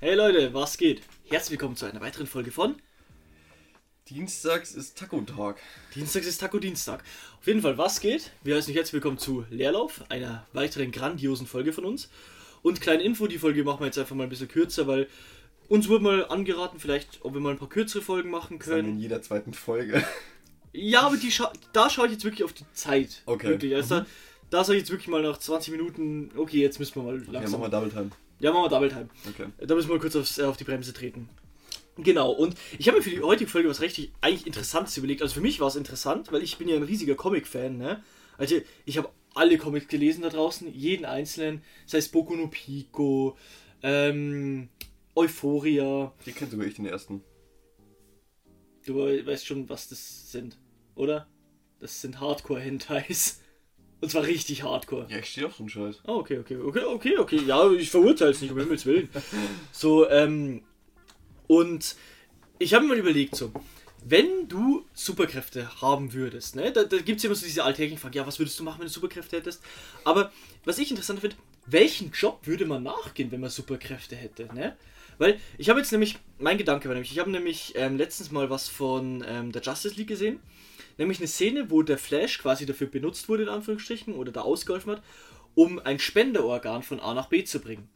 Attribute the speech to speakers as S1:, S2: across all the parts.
S1: Hey Leute, was geht? Herzlich willkommen zu einer weiteren Folge von
S2: Dienstags ist Taco-Tag.
S1: Dienstags ist Taco Dienstag. Auf jeden Fall, was geht? Wir heißen euch herzlich willkommen zu Leerlauf, einer weiteren grandiosen Folge von uns. Und kleine Info, die Folge machen wir jetzt einfach mal ein bisschen kürzer, weil uns wurde mal angeraten, vielleicht, ob wir mal ein paar kürzere Folgen machen
S2: Dann in
S1: können.
S2: jeder zweiten Folge.
S1: Ja, aber die scha da schaue ich jetzt wirklich auf die Zeit.
S2: Okay. Mhm.
S1: Wirklich. Also da, da sage ich jetzt wirklich mal nach 20 Minuten, okay, jetzt müssen wir mal
S2: Ja, machen
S1: langsam.
S2: wir Double Time.
S1: ja, machen wir Double Time.
S2: Okay.
S1: Da müssen wir kurz aufs, äh, auf die Bremse treten. Genau, und ich habe mir für die heutige Folge was richtig eigentlich Interessantes überlegt. Also für mich war es interessant, weil ich bin ja ein riesiger Comic-Fan, ne? Also ich habe alle Comics gelesen da draußen, jeden einzelnen, sei es Boku no Pico, ähm, Euphoria.
S2: Die kennt sogar ich den ersten.
S1: Du we- weißt schon, was das sind, oder? Das sind Hardcore-Hentais. Und zwar richtig Hardcore.
S2: Ja, ich stehe auf so einen Scheiß.
S1: Ah, okay, okay, okay, okay, okay. Ja, ich verurteile es nicht, um Himmels Willen. So, ähm, und ich habe mir mal überlegt, so, wenn du Superkräfte haben würdest, ne, da, da gibt es immer so diese alltäglichen Fragen, ja, was würdest du machen, wenn du Superkräfte hättest? Aber was ich interessant finde, welchen Job würde man nachgehen, wenn man Superkräfte hätte, ne? Weil ich habe jetzt nämlich, mein Gedanke war nämlich, ich habe nämlich ähm, letztens mal was von ähm, der Justice League gesehen, nämlich eine Szene, wo der Flash quasi dafür benutzt wurde, in Anführungsstrichen, oder da ausgeholfen hat, um ein Spenderorgan von A nach B zu bringen.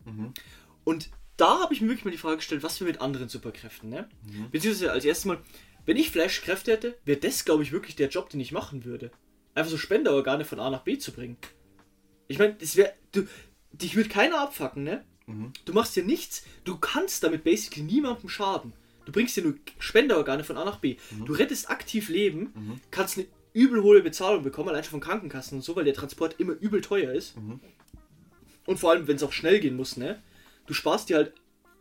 S1: Und da habe ich mir wirklich mal die Frage gestellt, was wir mit anderen Superkräften, ne? Beziehungsweise als erstes Mal, wenn ich Flash-Kräfte hätte, wäre das, glaube ich, wirklich der Job, den ich machen würde. Einfach so Spenderorgane von A nach B zu bringen. Ich meine, das wäre. Du. Dich würde keiner abfacken, ne?
S2: Mhm.
S1: Du machst dir nichts. Du kannst damit basically niemandem schaden. Du bringst dir nur Spenderorgane von A nach B.
S2: Mhm.
S1: Du rettest aktiv Leben, kannst eine übel hohe Bezahlung bekommen, allein schon von Krankenkassen und so, weil der Transport immer übel teuer ist.
S2: Mhm.
S1: Und vor allem, wenn es auch schnell gehen muss, ne? Du sparst dir halt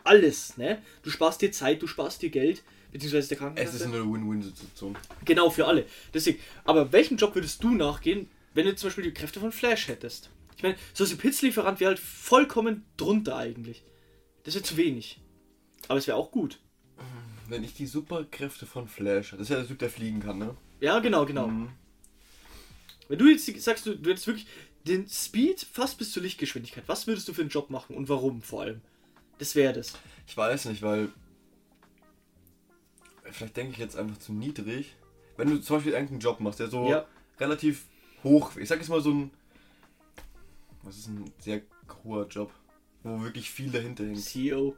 S1: alles, ne? Du sparst dir Zeit, du sparst dir Geld, beziehungsweise der Krankenkasse.
S2: Es ist eine Win-Win-Situation.
S1: Genau, für alle. Deswegen, aber welchem Job würdest du nachgehen, wenn du zum Beispiel die Kräfte von Flash hättest? Ich meine, so als Pizzlieferant wäre halt vollkommen drunter eigentlich. Das wäre zu wenig. Aber es wäre auch gut.
S2: Wenn ich die Superkräfte von Flash, das ist ja der Typ, der fliegen kann, ne?
S1: Ja, genau, genau. Wenn du jetzt sagst, du, du hättest wirklich den Speed fast bis zur Lichtgeschwindigkeit, was würdest du für einen Job machen und warum vor allem? Das wäre das.
S2: Ich weiß nicht, weil. Vielleicht denke ich jetzt einfach zu niedrig. Wenn du zum Beispiel irgendeinen Job machst, der so
S1: Ja.
S2: relativ hoch. Ich sag jetzt mal so ein. Was ist ein sehr hoher Job? Wo wirklich viel dahinter hängt.
S1: CEO.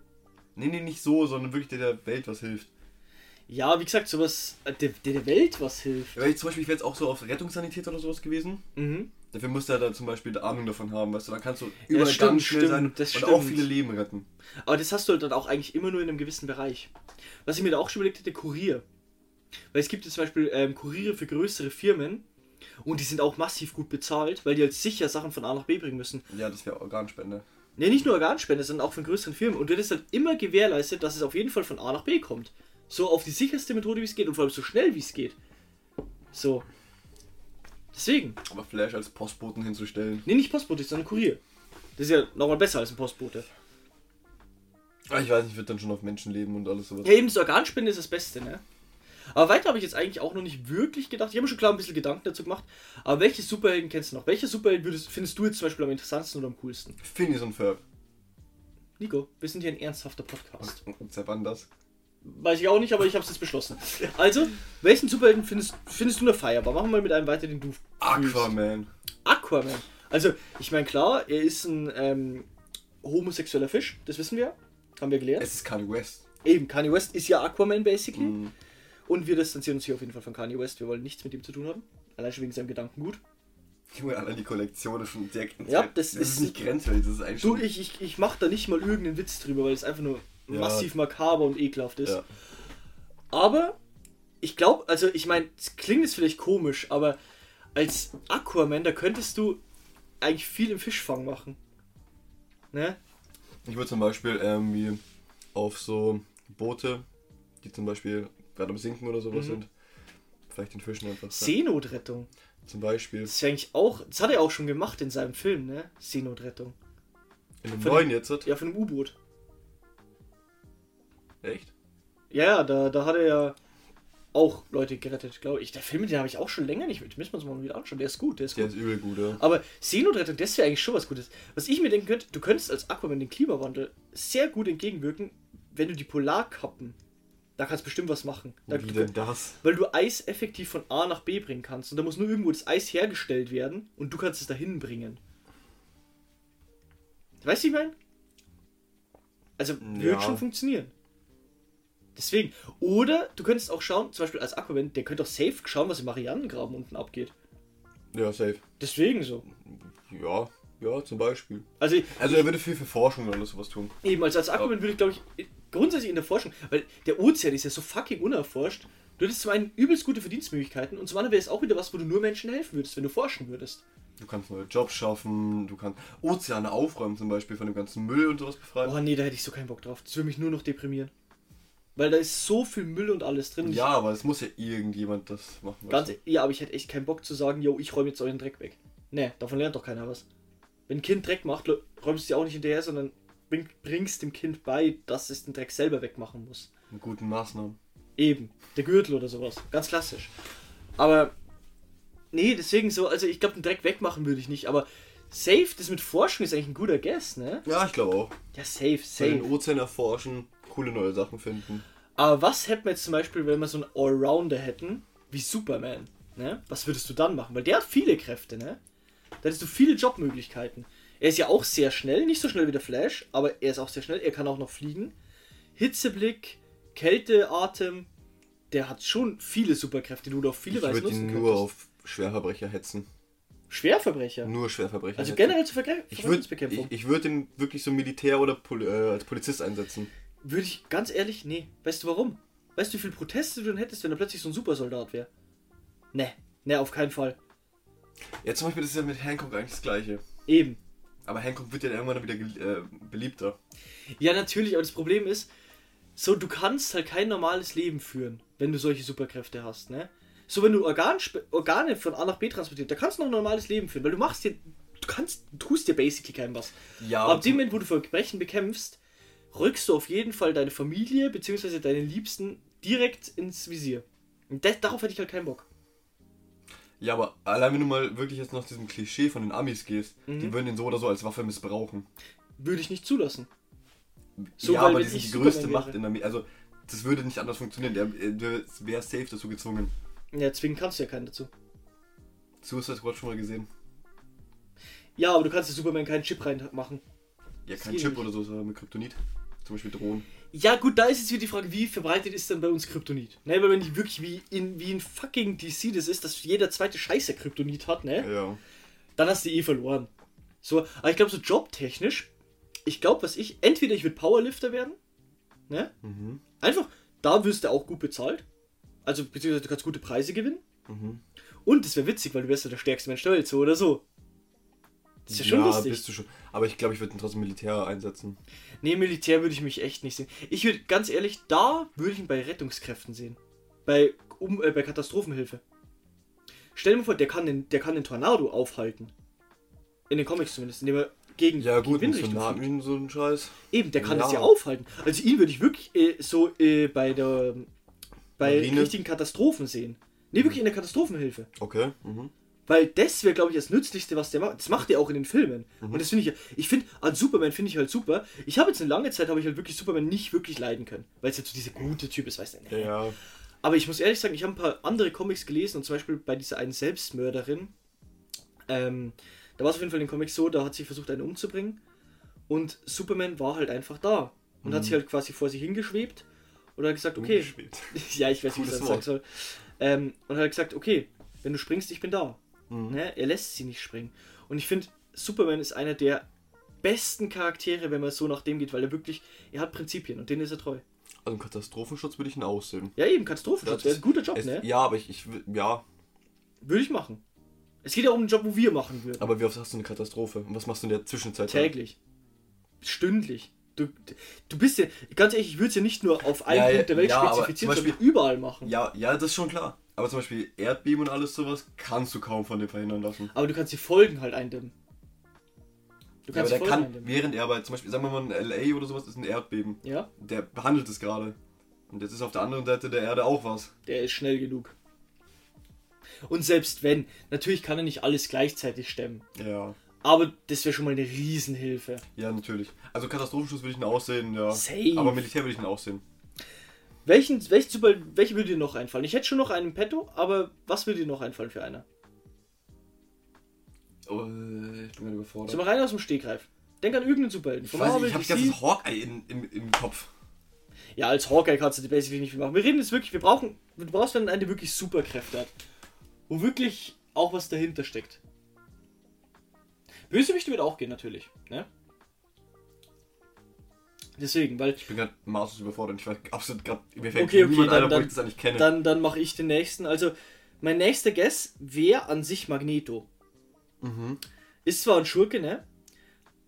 S2: Nee, nee, nicht so, sondern wirklich der der Welt was hilft.
S1: Ja, wie gesagt, sowas, äh, der, der der Welt was hilft.
S2: Ja, weil ich zum Beispiel, ich wäre jetzt auch so auf Rettungssanität oder sowas gewesen.
S1: Mhm.
S2: Dafür musst du ja da zum Beispiel Ahnung davon haben, weißt du, dann kannst du überall
S1: stimmt,
S2: ganz schnell
S1: stimmt,
S2: sein
S1: das
S2: und auch
S1: stimmt.
S2: viele Leben retten.
S1: Aber das hast du halt dann auch eigentlich immer nur in einem gewissen Bereich. Was ich mir da auch schon überlegt hätte, Kurier. Weil es gibt jetzt zum Beispiel ähm, Kuriere für größere Firmen und die sind auch massiv gut bezahlt, weil die halt sicher Sachen von A nach B bringen müssen.
S2: Ja, das wäre Organspende.
S1: Ne, nicht nur Organspende, sondern auch von größeren Firmen. Und du hättest halt immer gewährleistet, dass es auf jeden Fall von A nach B kommt. So auf die sicherste Methode, wie es geht und vor allem so schnell, wie es geht. So. Deswegen.
S2: Aber Flash als Postboten hinzustellen.
S1: Ne, nicht Postbote, sondern Kurier. Das ist ja nochmal besser als ein Postbote.
S2: Aber Ah, Ich weiß nicht, wird dann schon auf Menschenleben und alles sowas.
S1: Ja, eben das Organspende ist das Beste, ne? Aber weiter habe ich jetzt eigentlich auch noch nicht wirklich gedacht. Ich habe mir schon klar ein bisschen Gedanken dazu gemacht. Aber welche Superhelden kennst du noch? Welche Superhelden würdest, findest du jetzt zum Beispiel am interessantesten oder am coolsten?
S2: Phineas und Ferb.
S1: Nico, wir sind hier ein ernsthafter Podcast.
S2: Sepp anders.
S1: Weiß ich auch nicht, aber ich habe es jetzt beschlossen. Also, welchen Superhelden findest, findest du noch feierbar? Machen wir mal mit einem weiter, den du. fühlst.
S2: Aquaman.
S1: Aquaman. Also, ich meine, klar, er ist ein ähm, homosexueller Fisch, das wissen wir. Haben wir gelernt.
S2: Es ist Kanye West.
S1: Eben, Kanye West ist ja Aquaman basically.
S2: Mhm.
S1: Und wir distanzieren uns hier auf jeden Fall von Kanye West. Wir wollen nichts mit ihm zu tun haben. Allein schon wegen seinem Gedankengut.
S2: Junge, allein die Kollektion ist schon sehr grenzwertig.
S1: Ja, das ist-
S2: ist nicht grenzwertig, das ist eigentlich
S1: Du,
S2: schon-
S1: ich, ich, ich mach da nicht mal irgendeinen Witz drüber, weil es einfach nur
S2: Mhm. Ja.
S1: massiv makaber und ekelhaft ist.
S2: Ja.
S1: Aber ich glaube, also ich meine, es klingt jetzt vielleicht komisch, aber als Aquaman, da könntest du eigentlich viel im Fischfang machen. Ne?
S2: Ich würde zum Beispiel irgendwie auf so Boote, die zum Beispiel gerade am Sinken oder
S1: Mhm.
S2: sowas sind, vielleicht den Fischen einfach.
S1: Seenotrettung.
S2: Zum Beispiel.
S1: Das ist ja eigentlich auch, das hat er auch schon gemacht in seinem Film, ne? Seenotrettung.
S2: In dem
S1: Von-
S2: neuen jetzt.
S1: Ja, von einem U-Boot.
S2: Echt?
S1: Ja, ja, da, da hat er ja auch Leute gerettet, glaube ich. Der Film, den habe ich auch schon länger nicht mit. Müssen wir uns mal wieder anschauen. Der ist gut, der ist
S2: Der
S1: gut.
S2: ist übel gut, ja.
S1: Aber Seenotrettung, das wäre eigentlich schon was Gutes. Was ich mir denken könnte, du könntest als Aquaman den Klimawandel sehr gut entgegenwirken, wenn du die Polarkappen, da kannst du bestimmt was machen. Da,
S2: Wie denn das?
S1: weil du Eis effektiv von A nach B bringen kannst. Und da muss nur irgendwo das Eis hergestellt werden und du kannst es dahin bringen. Weißt du, wie ich meine? Also,
S2: Ja.
S1: wird schon funktionieren. Deswegen. Oder du könntest auch schauen, zum Beispiel als Aquaman, der könnte auch safe schauen, was im Marianengraben unten abgeht.
S2: Ja, safe.
S1: Deswegen so.
S2: Ja, ja, zum Beispiel.
S1: Also,
S2: Also er würde viel für Forschung oder sowas tun.
S1: Eben, also als Argument würde ich, glaube ich, grundsätzlich in der Forschung, weil der Ozean ist ja so fucking unerforscht. Du hättest zum einen übelst gute Verdienstmöglichkeiten und zum anderen wäre es auch wieder was, wo du nur Menschen helfen würdest, wenn du forschen würdest.
S2: Du kannst neue Jobs schaffen, du kannst Ozeane aufräumen zum Beispiel von dem ganzen Müll und sowas befreien.
S1: Oh nee, da hätte ich so keinen Bock drauf. Das würde mich nur noch deprimieren. Weil da ist so viel Müll und alles drin.
S2: ja, aber es muss ja irgendjemand das machen.
S1: Ich, ganz,
S2: weißt
S1: ja, aber ich hätte echt keinen Bock zu sagen, yo, ich räume jetzt euren Dreck weg. Nee, davon lernt doch keiner was. Wenn ein Kind Dreck macht, lo- räumst du ja auch nicht hinterher, sondern bring- bringst dem Kind bei, dass es den Dreck selber wegmachen muss.
S2: du? Mit guten Maßnahmen.
S1: Eben, der Gürtel oder sowas. Ganz klassisch. Aber nee, deswegen so, also ich glaube, den Dreck wegmachen würde ich nicht, aber safe, das mit Forschung ist eigentlich ein guter Guess, ne?
S2: Ja, ich glaube auch.
S1: Ja, safe,
S2: Bei den
S1: safe.
S2: Ozean erforschen, coole neue Sachen finden.
S1: Aber was hätten wir jetzt zum Beispiel, wenn wir so einen Allrounder hätten, wie Superman, ne? Was würdest du dann machen? Weil der hat viele Kräfte, ne? Da hättest du viele Jobmöglichkeiten. Er ist ja auch sehr schnell, nicht so schnell wie der Flash, aber er ist auch sehr schnell, er kann auch noch fliegen. Hitzeblick, Kälteatem, der hat schon viele Superkräfte, die du auf viele
S2: Ich
S1: Weisen
S2: würde
S1: nutzen
S2: ihn
S1: könntest.
S2: nur auf Schwerverbrecher hetzen.
S1: Schwerverbrecher.
S2: Nur Schwerverbrecher
S1: Also
S2: hetzen.
S1: generell zur Vergleich
S2: Ich würde
S1: Verbrechensbekämpfung.
S2: ich, ich würd ihn wirklich so Militär oder Pol äh, als Polizist einsetzen.
S1: Würde ich ganz ehrlich, nee. Weißt du warum? Weißt du, wie viele Proteste du dann hättest, wenn er plötzlich so ein Supersoldat wäre? Nee, nee, auf keinen Fall.
S2: Ja, zum Beispiel, das ist ja mit Hancock eigentlich das Gleiche.
S1: Eben.
S2: Aber Hancock wird ja dann irgendwann wieder gel- äh, beliebter.
S1: Ja, natürlich, aber das Problem ist, so, du kannst halt kein normales Leben führen, wenn du solche Superkräfte hast, ne? So, wenn du Organspe Organe von A nach B transportierst, da kannst du noch ein normales Leben führen, weil du machst dir, du kannst, du tust dir basically keinem was.
S2: Ja,
S1: Aber ab dem Moment, wo du Verbrechen bekämpfst, rückst du auf jeden Fall deine Familie bzw. deine Liebsten direkt ins Visier. Und das, darauf hätte ich halt keinen Bock.
S2: ja, aber allein wenn du mal wirklich jetzt nach diesem Klischee von den Amis gehst,
S1: Mhm.
S2: die würden den so oder so als Waffe missbrauchen.
S1: Würde ich nicht zulassen. So,
S2: ja,
S1: weil
S2: aber
S1: wenn
S2: die sind
S1: ich
S2: die größte
S1: Superman wäre.
S2: Macht in Amerika. Also, das würde nicht anders funktionieren. Der, äh, der wäre safe dazu gezwungen.
S1: Ja, zwingen kannst du ja keinen dazu.
S2: Suicide Squad schon mal gesehen.
S1: Ja, aber du kannst ja Superman keinen Chip reinmachen.
S2: Ja,
S1: Das
S2: kein
S1: geht
S2: Chip
S1: nicht.
S2: oder so, sondern mit Kryptonit. Zum Beispiel Drohnen.
S1: Ja, gut, da ist jetzt wieder die Frage, wie verbreitet ist denn bei uns Kryptonit? Ne, weil wenn ich wirklich wie in, wie in fucking DC das ist, dass jeder zweite Scheiße Kryptonit hat, ne?
S2: Ja.
S1: dann hast du eh verloren. So, aber ich glaube, so jobtechnisch, ich glaube, was ich, entweder ich würde Powerlifter werden, ne?
S2: Mhm.
S1: Einfach, da wirst du auch gut bezahlt. Also, beziehungsweise du kannst gute Preise gewinnen.
S2: Mhm.
S1: Und das wäre witzig, weil du wärst ja der stärkste Mensch der Welt, so oder so. Das ist ja schon lustig.
S2: bist du schon. Aber ich glaube, ich würde ihn trotzdem Militär einsetzen.
S1: Nee, Militär würde ich mich echt nicht sehen. Ich würde, ganz ehrlich, da würde ich ihn bei Rettungskräften sehen. Bei, um, äh, bei Katastrophenhilfe. Stell dir mal vor, der kann, den, der kann den Tornado aufhalten. In den Comics zumindest, indem er gegen,
S2: Ja,
S1: gegen
S2: gut, ein
S1: Windrichtung fliegt.
S2: Tsunami, so ein Scheiß.
S1: Eben, der kann
S2: Ja.
S1: das ja aufhalten. Also ihn würde ich wirklich äh, so äh, bei der bei
S2: Marine?
S1: richtigen Katastrophen sehen. Nee, wirklich in der Katastrophenhilfe.
S2: Okay. Mhm.
S1: Weil das wäre, glaube ich, das Nützlichste, was der macht. Das macht er auch in den Filmen. Und das finde ich ja. Ich finde, an Superman finde ich halt super. Ich habe jetzt eine lange Zeit, habe ich halt wirklich Superman nicht wirklich leiden können. Weil es jetzt so dieser gute Typ ist, weißt du. Nee.
S2: Ja.
S1: Aber ich muss ehrlich sagen, ich habe ein paar andere Comics gelesen und zum Beispiel bei dieser einen Selbstmörderin. Ähm, da war es auf jeden Fall in den Comics so, da hat sie versucht, einen umzubringen. Und Superman war halt einfach da. Und hat sich halt quasi vor sich hingeschwebt und hat gesagt, okay,
S2: Umgeschwebt.
S1: ja, ich weiß nicht, was ich
S2: Cooles
S1: sagen
S2: Wort.
S1: soll. Ähm, und hat gesagt, okay, wenn du springst, ich bin da.
S2: Mhm.
S1: Ne? Er lässt sie nicht springen. Und ich finde, Superman ist einer der besten Charaktere, wenn man so nach dem geht, weil er wirklich, er hat Prinzipien und denen ist er treu.
S2: Also, im Katastrophenschutz würde ich ihn aussehen.
S1: Ja, eben, Katastrophenschutz,
S2: Das
S1: der ist ein guter Job,
S2: es,
S1: ne?
S2: Ja, aber ich, ich. wü- Ja.
S1: Würde ich machen. Es geht ja um einen Job, wo wir machen würden.
S2: Aber wie oft hast du eine Katastrophe? Und was machst du in der Zwischenzeit? dann?
S1: Täglich. Stündlich. Du, du bist ja, ganz ehrlich, ich würde es ja nicht nur auf einen
S2: Ja, ja,
S1: Punkt der Welt
S2: ja, aber
S1: spezifizieren,
S2: zum
S1: sondern überall machen.
S2: Ja, ja, das ist schon klar. Aber zum Beispiel Erdbeben und alles sowas kannst du kaum von dem verhindern lassen.
S1: Aber du kannst die Folgen halt eindämmen. Du
S2: Ja, aber
S1: kannst
S2: der
S1: die Folgen
S2: kann,
S1: eindämmen.
S2: während er bei, zum Beispiel, sagen wir mal in L.A. oder sowas, ist ein Erdbeben.
S1: Ja,
S2: Der behandelt es gerade. Und jetzt ist auf der anderen Seite der Erde auch was.
S1: Der ist schnell genug. Und selbst wenn, natürlich kann er nicht alles gleichzeitig stemmen.
S2: Ja.
S1: Aber das wäre schon mal eine Riesenhilfe.
S2: Ja, natürlich. Also Katastrophenschutz würde ich ihn aussehen, ja.
S1: Safe.
S2: Aber Militär würde ich ihn aussehen.
S1: Welchen, welchen Super, welche würde dir noch einfallen? Ich hätte schon noch einen im Petto, aber was würde dir noch einfallen für einer?
S2: Oh, ich bin gerade
S1: So
S2: überfordert.
S1: mal rein aus dem Stegreif. Denk an irgendeinen Superhelden.
S2: Ich weiß nicht, ich habe
S1: Marvel,
S2: das
S1: DC.
S2: ganze Hawkeye in, im- im Kopf.
S1: Ja, als Hawkeye kannst du die basically nicht viel machen. Wir reden jetzt wirklich, wir brauchen, du brauchst dann einen, der wirklich Superkräfte hat. Wo wirklich auch was dahinter steckt. Bösewicht wird auch gehen, natürlich. Ne? Deswegen, weil
S2: Ich bin gerade maßlos überfordert. Ich weiß absolut gerade, mir fällt
S1: Okay, okay,
S2: niemand
S1: dann-
S2: einer, wo
S1: dann-
S2: ich das eigentlich kenne.
S1: dann, dann mache ich den nächsten. Also, mein nächster Guess wäre an sich Magneto.
S2: Mhm.
S1: Ist zwar ein Schurke, ne?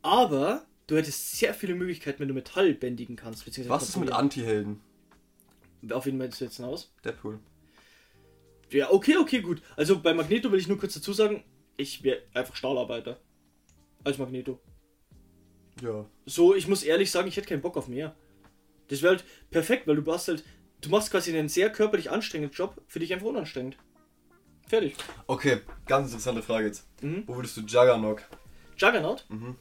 S1: Aber du hättest sehr viele Möglichkeiten, wenn du Metall bändigen kannst. Beziehungsweise
S2: Was ist mit
S1: kontrollieren.
S2: Anti-Helden?
S1: Auf wen meinst du jetzt hinaus?
S2: Deadpool.
S1: Ja, okay, okay, gut. Also bei Magneto will ich nur kurz dazu sagen, ich wäre einfach Stahlarbeiter. Als Magneto.
S2: Ja.
S1: So, ich muss ehrlich sagen, ich hätte keinen Bock auf mehr. Das wäre halt perfekt, weil du hast halt, du machst quasi einen sehr körperlich anstrengenden Job, für dich einfach unanstrengend. Fertig.
S2: Okay, ganz interessante Frage jetzt.
S1: Mhm.
S2: Wo würdest du Juggernaut?
S1: Juggernaut?
S2: Mhm.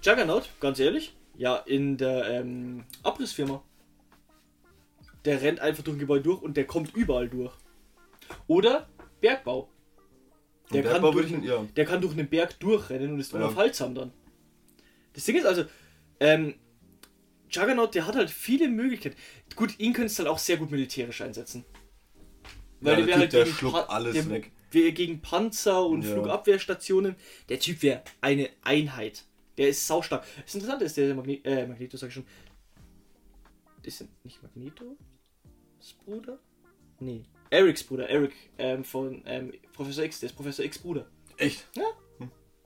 S1: Juggernaut, ganz ehrlich, ja, in der ähm, Abrissfirma. Der rennt einfach durch ein Gebäude durch und der kommt überall durch. Oder Bergbau. Der kann
S2: Und Bergbau
S1: durch-
S2: würde ich ihn, ja.
S1: Der kann durch einen Berg durchrennen und ist
S2: Genau. Ja.
S1: unaufhaltsam dann. Das Ding ist also, ähm, Juggernaut, der hat halt viele Möglichkeiten. Gut, ihn könntest du halt auch sehr gut militärisch einsetzen.
S2: Ja, der
S1: wär
S2: Typ, der schluckt
S1: Pa-
S2: alles
S1: der
S2: weg.
S1: wär gegen Panzer und
S2: Ja.
S1: Flugabwehrstationen. Der Typ wäre eine Einheit. Der ist saustark. Das Interessante ist, der Magne äh, Magneto, sag ich schon. Ist er nicht Magneto? Das Bruder? Nee. Erics Bruder, Eric ähm, von ähm, Professor X, der ist Professor X Bruder.
S2: Echt?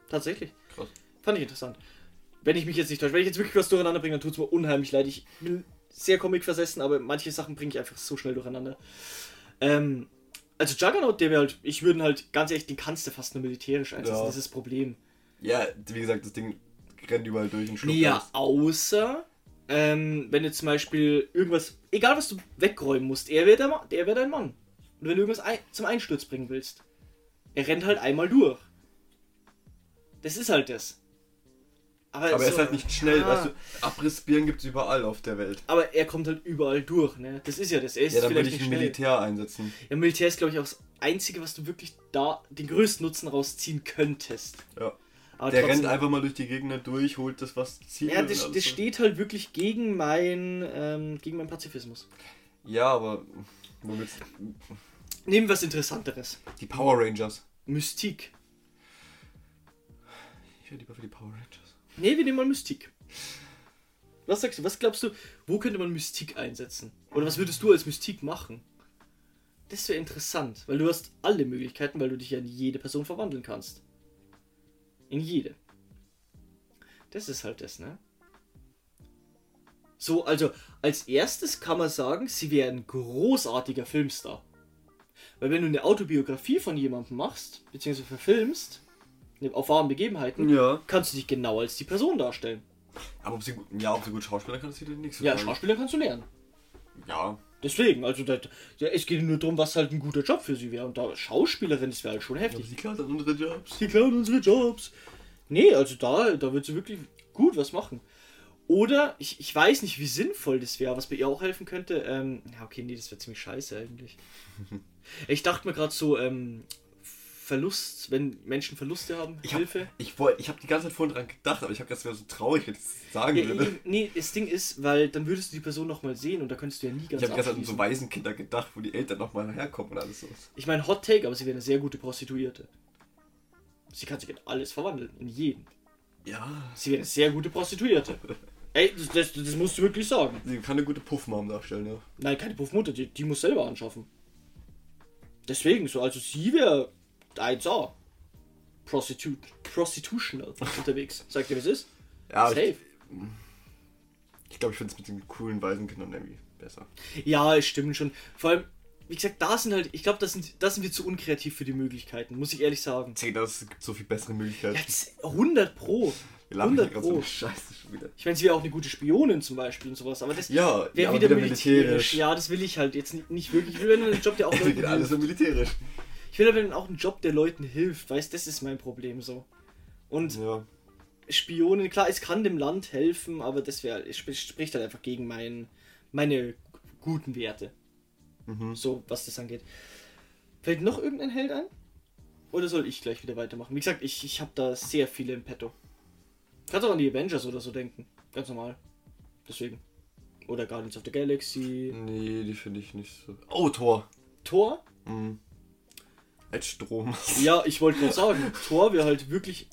S1: Tatsächlich.
S2: Krass.
S1: Fand ich interessant. Wenn ich mich jetzt nicht täusche, wenn ich jetzt wirklich was durcheinander bringe, dann tut es mir unheimlich leid. Ich bin sehr comic-versessen, aber manche Sachen bringe ich einfach so schnell durcheinander. Ähm, also Juggernaut, der wäre halt, ich würde ihn halt, ganz ehrlich, den kannst du fast nur militärisch einsetzen,
S2: Ja.
S1: das ist das Problem.
S2: Ja, wie gesagt, das Ding rennt überall durch und schluckt
S1: Ja,
S2: alles.
S1: außer, ähm, wenn du zum Beispiel irgendwas, egal was du wegräumen musst, er wäre der Ma- der wär dein Mann. Und wenn du irgendwas ein, zum Einsturz bringen willst, er rennt halt einmal durch. Das ist halt das.
S2: Aber er ist
S1: so-
S2: halt nicht schnell,
S1: Ah.
S2: weißt du, Abrissbirnen gibt's überall auf der Welt.
S1: Aber er kommt halt überall durch, ne? Das ist ja das. Er ist
S2: Ja, dann würde
S1: vielleicht
S2: ich
S1: nicht
S2: ein
S1: schnell. Militär.
S2: Militär einsetzen.
S1: Ja, Militär ist, glaube ich, auch das Einzige, was du wirklich da den größten Nutzen rausziehen könntest.
S2: Ja.
S1: Aber
S2: Der
S1: trotzdem-
S2: rennt einfach mal durch die Gegner durch, holt das, was zielt.
S1: Ja,
S2: und
S1: das,
S2: alles
S1: das
S2: so.
S1: steht halt wirklich gegen mein, ähm, gegen meinen Pazifismus.
S2: Ja, aber wo willst
S1: Nehmen wir was Interessanteres.
S2: Die Power Rangers.
S1: Mystik.
S2: Ich wäre lieber für die Power Rangers.
S1: Nee, wir nehmen mal Mystik. Was sagst du? Was glaubst du, wo könnte man Mystik einsetzen? Oder was würdest du als Mystik machen? Das wäre interessant, weil du hast alle Möglichkeiten, weil du dich ja in jede Person verwandeln kannst. In jede. Das ist halt das, ne? So, also, als erstes kann man sagen, sie wäre ein großartiger Filmstar. Weil wenn du eine Autobiografie von jemandem machst, beziehungsweise verfilmst, ne, auf wahren Begebenheiten,
S2: Ja.
S1: kannst du dich genau als die Person darstellen.
S2: Aber ob sie, gut- ja, ob sie gut Schauspieler kann, das ist wieder nichts.
S1: Ja, Schauspieler kannst du lernen.
S2: Ja.
S1: Deswegen, also das, ja, es geht nur darum, was halt ein guter Job für sie wäre. Und da Schauspielerin, das wäre halt schon
S2: Aber
S1: heftig.
S2: sie klaut dann unsere Jobs.
S1: Sie klauen unsere Jobs. Nee, also da, da wird sie wirklich gut was machen. Oder, ich, ich weiß nicht, wie sinnvoll das wäre, was bei ihr auch helfen könnte. Ähm, ja, okay, nee, das wäre ziemlich scheiße eigentlich. Ich dachte mir gerade so, ähm, Verlust, wenn Menschen Verluste haben,
S2: Ich
S1: Hilfe.
S2: habe ich wollt- ich hab die ganze Zeit vorhin dran gedacht, aber ich habe das wäre so traurig, wenn ich das sagen
S1: Ja,
S2: würde.
S1: eben, nee, das Ding ist, weil dann würdest du die Person nochmal sehen und da könntest du ja nie
S2: Ich
S1: ganz
S2: habe die ganze Zeit an
S1: abschließen.
S2: so Waisenkinder gedacht, wo die Eltern nochmal herkommen und alles so.
S1: Ich meine, Hot Take, aber sie wäre eine sehr gute Prostituierte. Sie kann sich in alles verwandeln, in jeden.
S2: Ja.
S1: Sie wäre eine sehr gute Prostituierte. Ey, das, das, das musst du wirklich sagen.
S2: Sie kann eine gute Puffmom darstellen, ja.
S1: Nein, keine Puffmutter, die, die muss selber anschaffen. Deswegen so, also sie wäre 1A. Prostitut, Prostitutional unterwegs. Sagt ihr, was ist?
S2: Ja,
S1: Safe.
S2: ich, ich glaube, ich finde es mit den coolen Waisenkindern irgendwie besser.
S1: Ja, stimmt schon. Vor allem, wie gesagt, da sind halt, ich glaube, da sind, da sind wir zu unkreativ für die Möglichkeiten, muss ich ehrlich sagen.
S2: Zehn, das gibt so viel bessere Möglichkeiten.
S1: Ja, das- 100 Pro.
S2: Wir lachen hier
S1: 100
S2: gerade so
S1: Pro.
S2: eine Scheiße schon wieder.
S1: Ich meine, sie wäre auch eine gute Spionin zum Beispiel und sowas, aber das
S2: Ja,
S1: wäre
S2: ja, aber
S1: wieder,
S2: wieder
S1: militärisch.
S2: militärisch.
S1: Ja, das will ich halt jetzt nicht, nicht wirklich. Ich will wenn einen Job, der auch
S2: Es
S1: Leuten
S2: geht alles so militärisch.
S1: hilft. Ich will aber dann auch einen Job, der Leuten hilft, weißt das ist mein Problem so. Und
S2: Ja.
S1: Spionen, klar, es kann dem Land helfen, aber das wäre, es sp- spricht halt einfach gegen mein, meine guten Werte. So, was das angeht. Fällt noch irgendein Held ein? Oder soll ich gleich wieder weitermachen? Wie gesagt, ich, ich habe da sehr viele im Petto. Kannst auch an die Avengers oder so denken. Ganz normal. Deswegen. Oder Guardians of the Galaxy.
S2: Nee, die finde ich nicht so. Oh, Tor.
S1: Thor?
S2: Mhm. Als Strom.
S1: Ja, ich wollte gerade sagen, Thor wäre halt wirklich.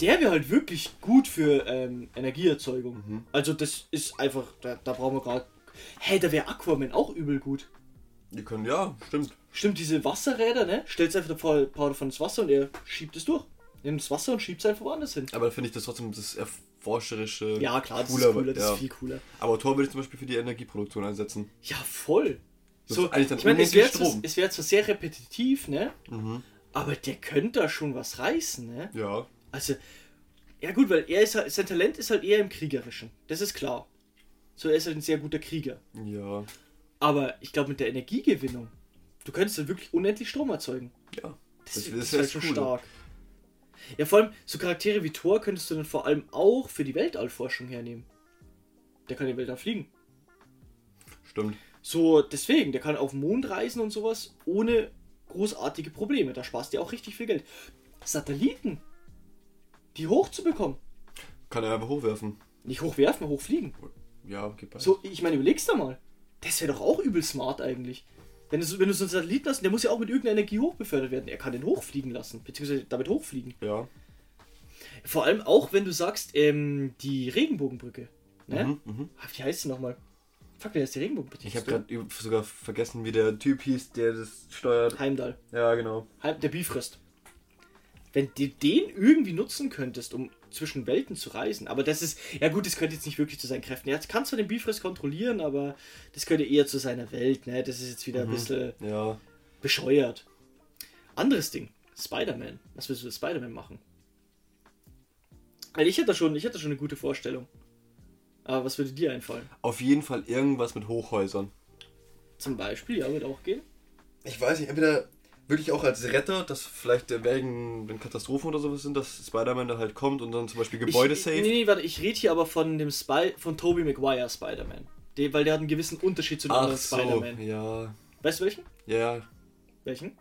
S1: Der wäre halt wirklich gut für ähm, Energieerzeugung.
S2: Mhm.
S1: Also, das ist einfach. Da, da brauchen wir gerade. Hey, da wäre Aquaman auch übel gut.
S2: Die können, ja, stimmt.
S1: Stimmt, diese Wasserräder, ne? Stellst einfach davor, ein paar davon ins Wasser und er schiebt es durch. Nimmt das Wasser und schiebt es einfach woanders hin.
S2: Aber da finde ich das trotzdem das erforscherische.
S1: Ja, klar, das
S2: cooler,
S1: ist cooler, das
S2: ja.
S1: ist viel cooler.
S2: Aber Tor würde ich zum Beispiel für die Energieproduktion einsetzen.
S1: Ja, voll.
S2: Das
S1: So,
S2: ist eigentlich dann
S1: ich meine, es wäre
S2: unendlich
S1: zwar,
S2: Strom.
S1: es wär zwar sehr repetitiv, ne?
S2: Mhm.
S1: Aber der könnte da schon was reißen, ne?
S2: Ja.
S1: Also, ja gut, weil er ist halt, sein Talent ist halt eher im Kriegerischen. Das ist klar. So, er ist halt ein sehr guter Krieger.
S2: Ja.
S1: Aber ich glaube, mit der Energiegewinnung, du könntest halt wirklich unendlich Strom erzeugen.
S2: Ja.
S1: Das,
S2: Das-
S1: ist-
S2: das
S1: das ist
S2: wär
S1: halt schon
S2: cool.
S1: stark. Ja, vor allem, so Charaktere wie Thor könntest du dann vor allem auch für die Weltallforschung hernehmen. Der kann im Weltall fliegen.
S2: Stimmt.
S1: So, deswegen, der kann auf den Mond reisen und sowas ohne großartige Probleme. Da sparst du dir auch richtig viel Geld. Satelliten, die hochzubekommen.
S2: Kann er einfach hochwerfen.
S1: Nicht hochwerfen, hochfliegen.
S2: Ja, geht bei.
S1: So, ich meine, überlegst du mal. Das wäre doch auch übel smart eigentlich. Wenn du, so- wenn du so einen Satelliten hast, der muss ja auch mit irgendeiner Energie hochbefördert werden. Er kann den hochfliegen lassen, beziehungsweise damit hochfliegen.
S2: Ja.
S1: Vor allem auch, wenn du sagst, ähm, die Regenbogenbrücke. Ne?
S2: Mhm, mhm.
S1: Ah, Wie heißt sie nochmal? Fuck, wer ist die Regenbogenbrücke?
S2: Ich habe gerade sogar vergessen, wie der Typ hieß, der das steuert.
S1: Heimdall.
S2: Ja, genau.
S1: Halb der Bifrost. Wenn du den irgendwie nutzen könntest, um zwischen Welten zu reisen, aber das ist, ja gut, das könnte jetzt nicht wirklich zu seinen Kräften. Er kann zwar den Bifrost kontrollieren, aber das könnte eher zu seiner Welt, ne? Das ist jetzt wieder ein
S2: Mhm.
S1: bisschen
S2: Ja.
S1: bescheuert. Anderes Ding, Spider-Man. Was willst du mit Spider-Man machen? Weil ich hätte da schon, ich hätte da schon eine gute Vorstellung. Aber was würde dir einfallen?
S2: Auf jeden Fall irgendwas mit Hochhäusern.
S1: Zum Beispiel, ja, würde auch gehen.
S2: ich weiß nicht, entweder wirklich auch als Retter, dass vielleicht äh, wegen den Katastrophen oder sowas sind, dass Spider-Man da halt kommt und dann zum Beispiel Gebäude
S1: ich,
S2: safe.
S1: Nee, nee, warte, ich rede hier aber von dem Spy von Tobey Maguire Spider-Man. De- Weil der hat einen gewissen Unterschied zu den
S2: Ach
S1: anderen
S2: so,
S1: Spider-Man.
S2: ja.
S1: Weißt du welchen?
S2: Ja, ja.
S1: Welchen?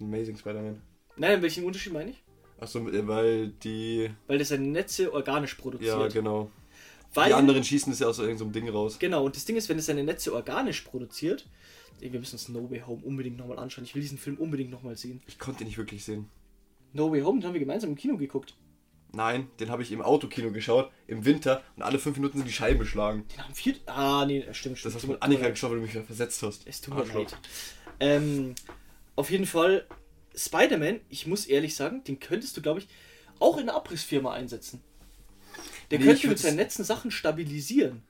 S2: Amazing Spider-Man.
S1: Nein, welchen Unterschied meine ich?
S2: Achso, weil die.
S1: Weil der seine Netze organisch
S2: Ja,
S1: produziert.
S2: genau.
S1: weil,
S2: die anderen schießen das ja aus irgendeinem so einem Ding raus.
S1: Genau, und das Ding ist, wenn es seine Netze organisch produziert, Ey, wir müssen uns No Way Home unbedingt nochmal anschauen. Ich will diesen Film unbedingt nochmal sehen.
S2: Ich konnte ihn nicht wirklich sehen.
S1: No Way Home, den haben wir gemeinsam im Kino geguckt.
S2: Nein, den habe ich im Autokino geschaut, im Winter, und alle fünf Minuten sind die Scheiben beschlagen.
S1: Den haben wir. Ah, nee, stimmt, stimmt.
S2: Das hast du
S1: Tut
S2: mit
S1: mir-
S2: Annika geschaut, weil du mich wieder versetzt hast.
S1: Es tut mir
S2: Arschloch.
S1: leid. Ähm, auf jeden Fall, Spider-Man, ich muss ehrlich sagen, den könntest du, glaube ich, auch in einer Abrissfirma einsetzen. Der
S2: Nee, ich
S1: könnte
S2: würd
S1: mit seinen
S2: das-
S1: Netzen Sachen stabilisieren.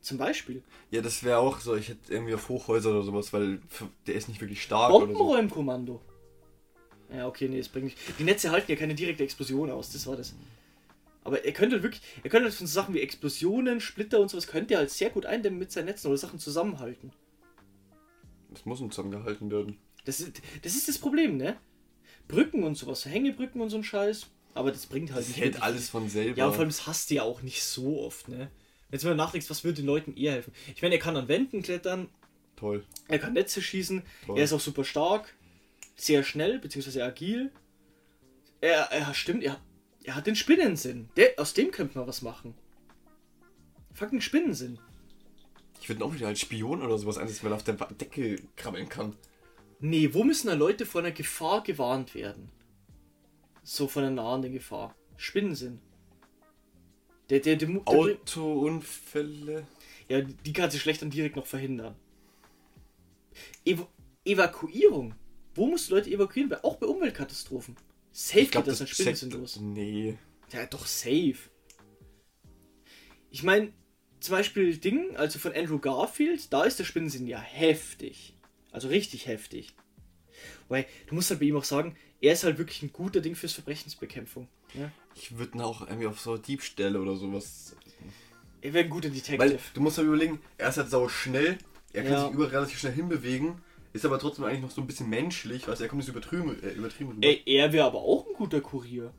S1: Zum Beispiel.
S2: Ja, das wäre auch so. Ich hätte irgendwie auf Hochhäuser oder sowas, weil f- der ist Ah, nicht wirklich stark oder so.
S1: Bombenräumkommando. Ja, okay, nee, das bringt nicht. Die Netze halten ja keine direkte Explosion aus, das war das. Aber er könnte wirklich, er könnte halt von so Sachen wie Explosionen, Splitter und sowas, könnte er halt sehr gut eindämmen mit seinen Netzen oder Sachen zusammenhalten.
S2: Das muss uns zusammengehalten werden.
S1: Das ist, das ist das Problem, ne? Brücken und sowas, so Hängebrücken und so ein Scheiß. Aber das bringt halt
S2: Das
S1: nicht.
S2: hält
S1: wirklich-
S2: alles von selber.
S1: Ja, und vor allem, das hast du ja auch nicht so oft, ne? Wenn du mal nachdenkst, was würde den Leuten eher helfen? Ich meine, er kann an Wänden klettern,
S2: Toll.
S1: er kann Netze schießen,
S2: Toll.
S1: er ist auch super stark, sehr schnell, beziehungsweise agil. Er, er stimmt, er, er hat den Spinnensinn. Der, aus dem könnte man was machen. Fucking Spinnensinn.
S2: Ich würde ihn auch wieder als Spion oder sowas einsetzen, weil er auf der Wa- Decke krabbeln kann.
S1: Nee, wo müssen da Leute vor einer Gefahr gewarnt werden? So von einer nahenden Gefahr. Spinnensinn. Der, der, der, mu- der bring-
S2: Autounfälle.
S1: Ja, die kannst du schlecht und direkt noch verhindern. Ev Evakuierung. Wo musst du Leute evakuieren? Bei- Auch bei Umweltkatastrophen. Safe
S2: glaub,
S1: geht das an Spinnensinn
S2: checkt-
S1: los.
S2: Nee.
S1: Ja, doch, safe. Ich meine, zum Beispiel Ding, also von Andrew Garfield, da ist der Spinnensinn ja heftig. Also richtig heftig. Weil, du musst halt bei ihm auch sagen, er ist halt wirklich ein guter Ding fürs Verbrechensbekämpfung. ne? Ja?
S2: Ich würde ihn auch irgendwie auf so Diebstähle oder sowas.
S1: Er wäre ein guter Detective.
S2: Weil du musst halt überlegen, er ist halt sau schnell, er kann
S1: Ja.
S2: sich überall relativ schnell hinbewegen, ist aber trotzdem eigentlich noch so ein bisschen menschlich, also er kommt nicht so übertrieben, äh, übertrieben rüber.
S1: Ey, er wäre aber auch ein guter Kurier.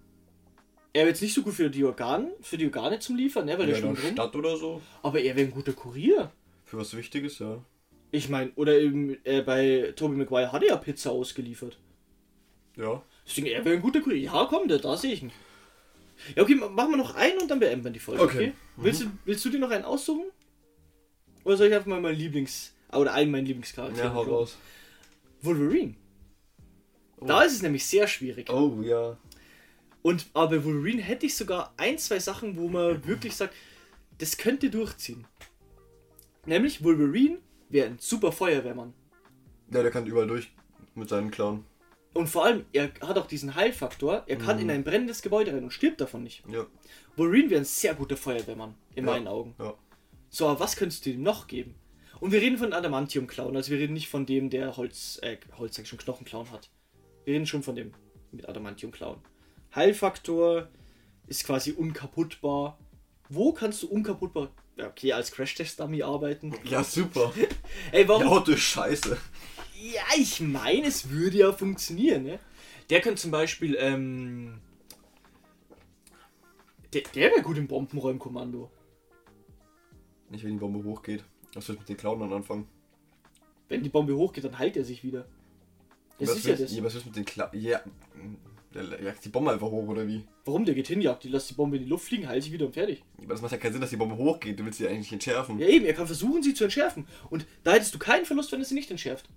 S1: Er wäre jetzt nicht so gut für die Organe, für die Organe zum Liefern, ne, weil er
S2: Ja, in
S1: schon
S2: der
S1: drin.
S2: Stadt oder so.
S1: Aber er wäre ein guter Kurier.
S2: Für was Wichtiges, ja.
S1: Ich meine, oder eben äh, bei Toby Maguire hat er ja Pizza ausgeliefert.
S2: Ja.
S1: Deswegen, er wäre ein guter Kurier. Ja, komm, da, da sehe ich ihn. Ja, okay, ma- machen wir noch einen und dann beenden wir die Folge.
S2: Okay.
S1: Okay.
S2: Mhm.
S1: Willst, du, willst du dir noch einen aussuchen? Oder soll ich einfach mal meinen Lieblings- ah, oder einen meiner Lieblingscharaktere?
S2: Ja, hau
S1: machen?
S2: raus.
S1: Wolverine. Da ist es nämlich sehr schwierig.
S2: Oh ja.
S1: Und aber bei Wolverine hätte ich sogar ein, zwei Sachen, wo man wirklich sagt, das könnte durchziehen. Nämlich Wolverine wäre ein super Feuerwehrmann.
S2: Ja, der kann überall durch mit seinen Clown.
S1: Und vor allem, er hat auch diesen Heilfaktor. Er
S2: Mhm.
S1: kann in ein brennendes Gebäude rein und stirbt davon nicht.
S2: Ja.
S1: Wolverine wäre ein sehr guter Feuerwehrmann, in
S2: Ja.
S1: meinen Augen.
S2: Ja.
S1: So, aber was könntest du ihm noch geben? Und wir reden von Adamantium-Clown, also wir reden nicht von dem, der Holz, äh, Holz, sag ich schon, Knochenclown hat. Wir reden schon von dem mit Adamantium-Clown. Heilfaktor ist quasi unkaputtbar. Wo kannst du unkaputtbar... Ja, okay, als Crash-Test-Dummy arbeiten.
S2: Ja, super.
S1: Ey, warum?
S2: Auto ist scheiße.
S1: Ja, ich meine, es würde ja funktionieren, ne? Der könnte zum Beispiel, ähm... Der, der wäre gut im Bombenräumkommando.
S2: Nicht, wenn die Bombe hochgeht. Was wird mit den Clown dann anfangen?
S1: Wenn die Bombe hochgeht, dann heilt er sich wieder. Das
S2: was
S1: ist ja
S2: willst-
S1: das.
S2: was willst du mit den Clown? Ja. hm, Der jagt die Bombe einfach hoch, oder wie?
S1: Warum? Der geht hin, jagt die, lässt die Bombe in die Luft fliegen, heilt sich wieder und fertig.
S2: Aber das macht ja keinen Sinn, dass die Bombe hochgeht. Du willst sie eigentlich entschärfen.
S1: Ja eben, er kann versuchen, sie zu entschärfen. Und da hättest du keinen Verlust, wenn er sie nicht entschärft.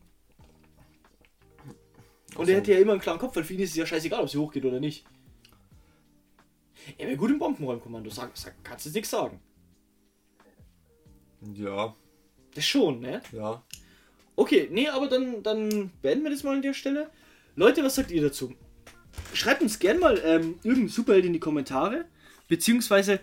S1: Und
S2: so.
S1: er hätte ja immer einen klaren Kopf, weil für ihn ist es ja scheißegal, ob sie hochgeht oder nicht. Er wäre gut im Bombenräumkommando, sag, sag, kannst du nichts sagen.
S2: Ja,
S1: Das schon, ne?
S2: ja.
S1: Okay, nee, aber dann, dann beenden wir das mal an der Stelle. Leute, was sagt ihr dazu? Schreibt uns gern mal ähm, irgendeinen Superheld in die Kommentare, beziehungsweise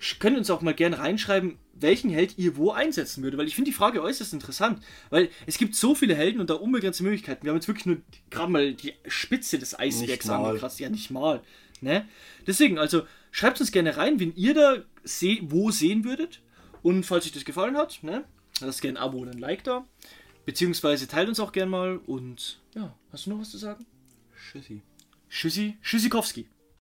S1: sch- könnt uns auch mal gern reinschreiben, welchen Held ihr wo einsetzen würde, weil ich finde die Frage äußerst interessant, weil es gibt so viele Helden und da unbegrenzte Möglichkeiten. Wir haben jetzt wirklich nur gerade mal die Spitze des Eisbergs
S2: Nicht mal.
S1: angekratzt, ja nicht mal. Ne? Deswegen, also schreibt uns gerne rein, wenn ihr da se wo sehen würdet und falls euch das gefallen hat, ne? lasst gerne ein Abo oder ein Like da. Beziehungsweise teilt uns auch gern mal und ja, hast du noch was zu sagen?
S2: Tschüssi.
S1: Tschüssi, Tschüssikowski.